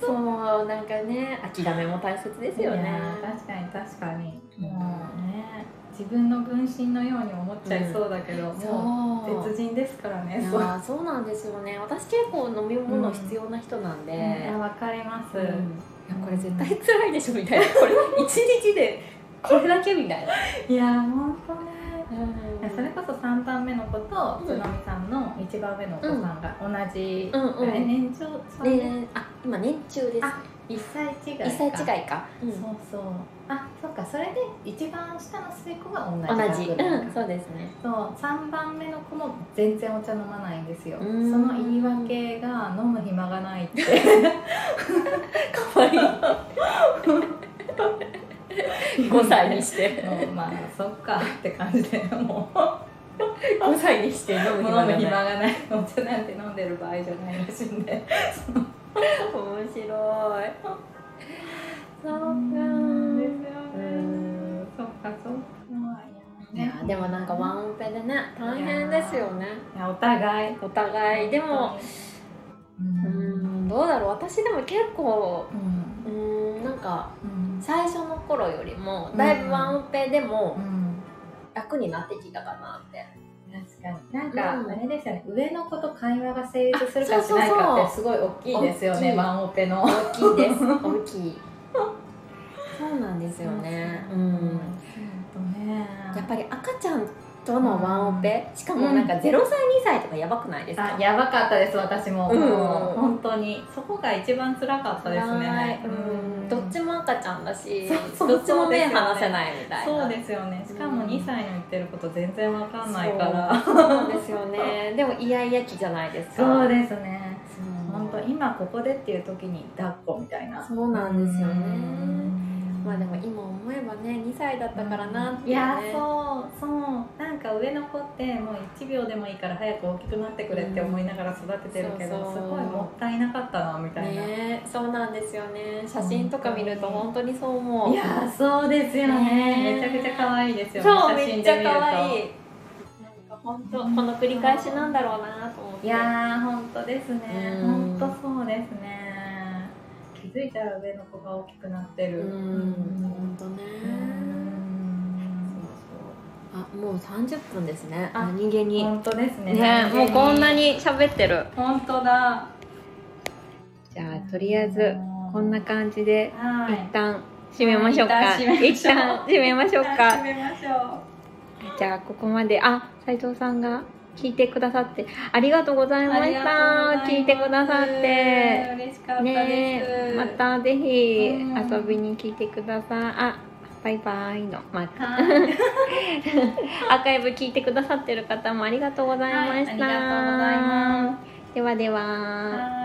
Speaker 1: そうなんかね諦めも大切ですよ
Speaker 2: い
Speaker 1: ね
Speaker 2: やー確かに確かに、
Speaker 1: うん
Speaker 2: もうね自分の分身のように思っちゃいそうだけど、もう
Speaker 1: そう
Speaker 2: 別人ですからね
Speaker 1: い
Speaker 2: そう
Speaker 1: やそうなんですよね私結構飲み物必要な人なんで、
Speaker 2: いやわかります、
Speaker 1: うんいやこれ絶対辛いでしょみ たいなこれ一日でこれだけみたいな、
Speaker 2: いやーほんとねいやそ
Speaker 1: そ
Speaker 2: れ
Speaker 1: れ
Speaker 2: こそ3番目の子とつのみさんの1番目のお子さんが同じ、
Speaker 1: うんうん
Speaker 2: え年長さん
Speaker 1: で、あ今年中ですね
Speaker 2: あ1歳違いか
Speaker 1: 一歳違いか、うん
Speaker 2: そうそうあそっかそれで一番下の末っ子が同じ
Speaker 1: 同じ、
Speaker 2: 学年
Speaker 1: うん、そうです ね
Speaker 2: そう3番目の子も全然お茶飲まないんですよ
Speaker 1: う
Speaker 2: そ
Speaker 1: ん
Speaker 2: の言い訳が飲む暇がないって
Speaker 1: 可愛い5歳にして
Speaker 2: もうまあそっかって感じでもう
Speaker 1: 5歳にして 飲む暇
Speaker 2: も
Speaker 1: が
Speaker 2: う飲
Speaker 1: な
Speaker 2: む
Speaker 1: い
Speaker 2: 暇がないお茶なんて飲んでる場合じゃないらしいんで
Speaker 1: 面白い そうか
Speaker 2: うんですよ
Speaker 1: うん
Speaker 2: ねそっかそっか
Speaker 1: いやでもなんかワンオペでね大変ですよね
Speaker 2: いやお互い
Speaker 1: お互いでもう
Speaker 2: う
Speaker 1: んんどうだろう私でも結構
Speaker 2: うん
Speaker 1: うんなんか
Speaker 2: うん
Speaker 1: 最初の頃よりもだいぶワンオペでも楽になってきたかなって、
Speaker 2: 確かになんか、
Speaker 1: うん
Speaker 2: あれですよね上の子と会話が成立する
Speaker 1: あ
Speaker 2: かし
Speaker 1: そうそうそう
Speaker 2: ないかってすごい大きいですよ
Speaker 1: 大き
Speaker 2: ね
Speaker 1: い
Speaker 2: ワンオペの
Speaker 1: 大きい です大きいそうなんですよねう
Speaker 2: うん
Speaker 1: ん
Speaker 2: とね
Speaker 1: やっぱり赤ちゃんとのワンオペ、しかもなんか0歳2歳とかやばくないですか、
Speaker 2: あやばかったです私も、
Speaker 1: うん
Speaker 2: もう本当にそこが一番辛かったですね
Speaker 1: 辛いうん、どっちも赤ちゃんだし
Speaker 2: そう
Speaker 1: どっちも目
Speaker 2: そうですよね
Speaker 1: 離せないみたいな
Speaker 2: そうですよねしかも
Speaker 1: うん
Speaker 2: 2歳の言ってること全然わかんないから
Speaker 1: そうなんですよ ねでもイヤイヤ期じゃないですか
Speaker 2: そ
Speaker 1: す
Speaker 2: うですね
Speaker 1: 本
Speaker 2: 本
Speaker 1: 当
Speaker 2: 当
Speaker 1: に
Speaker 2: 今ここでっていう時に抱っこみたいな
Speaker 1: そうなんですよね
Speaker 2: うん
Speaker 1: まあでも今思えばね2歳だったからなって
Speaker 2: い
Speaker 1: いう、ね
Speaker 2: やそうそうなんか上の子ってもう1秒でもいいから早く大きくなってくれって思いながら育ててるけど、
Speaker 1: うんそうそう
Speaker 2: すごいもったいなかったなみたいな、
Speaker 1: ねそうなんですよね写真とか見ると本当にそう思う
Speaker 2: いやそうですよ
Speaker 1: ね
Speaker 2: ねめちゃくちゃ可愛いですよね
Speaker 1: そう
Speaker 2: 写
Speaker 1: め
Speaker 2: 真
Speaker 1: っち
Speaker 2: で
Speaker 1: ゃ
Speaker 2: 見ると
Speaker 1: 可愛いなんか本当この繰り返しなんだろうなと思って
Speaker 2: いやー本当ですね
Speaker 1: うん
Speaker 2: 本当そうですね気づいたら上の子が大きくなって
Speaker 1: う
Speaker 2: る
Speaker 1: ん本当
Speaker 2: う
Speaker 1: ね
Speaker 2: ん
Speaker 1: あもう30分ですね
Speaker 2: あ
Speaker 1: 何気に
Speaker 2: 本当ですね
Speaker 1: ねもうこんな
Speaker 2: に
Speaker 1: に喋ってる
Speaker 2: 本当だ
Speaker 1: じゃあとりあえずこんな感じで
Speaker 2: は
Speaker 1: 一
Speaker 2: い
Speaker 1: 旦締めましょうか
Speaker 2: 一旦締めましょう
Speaker 1: 一旦締めましょうか
Speaker 2: 始めましょ。
Speaker 1: じゃあここまであ斉藤さんが聞いてくださってありがとうございうました聞いてくださって
Speaker 2: 嬉しかったです。
Speaker 1: ねえまたぜひ
Speaker 2: うん
Speaker 1: 遊びに来てくださいあバイバイのまた
Speaker 2: はい
Speaker 1: アーカイブ聞いてくださってる方もありがとうございました、
Speaker 2: はいありがとうございま
Speaker 1: ではでは
Speaker 2: はい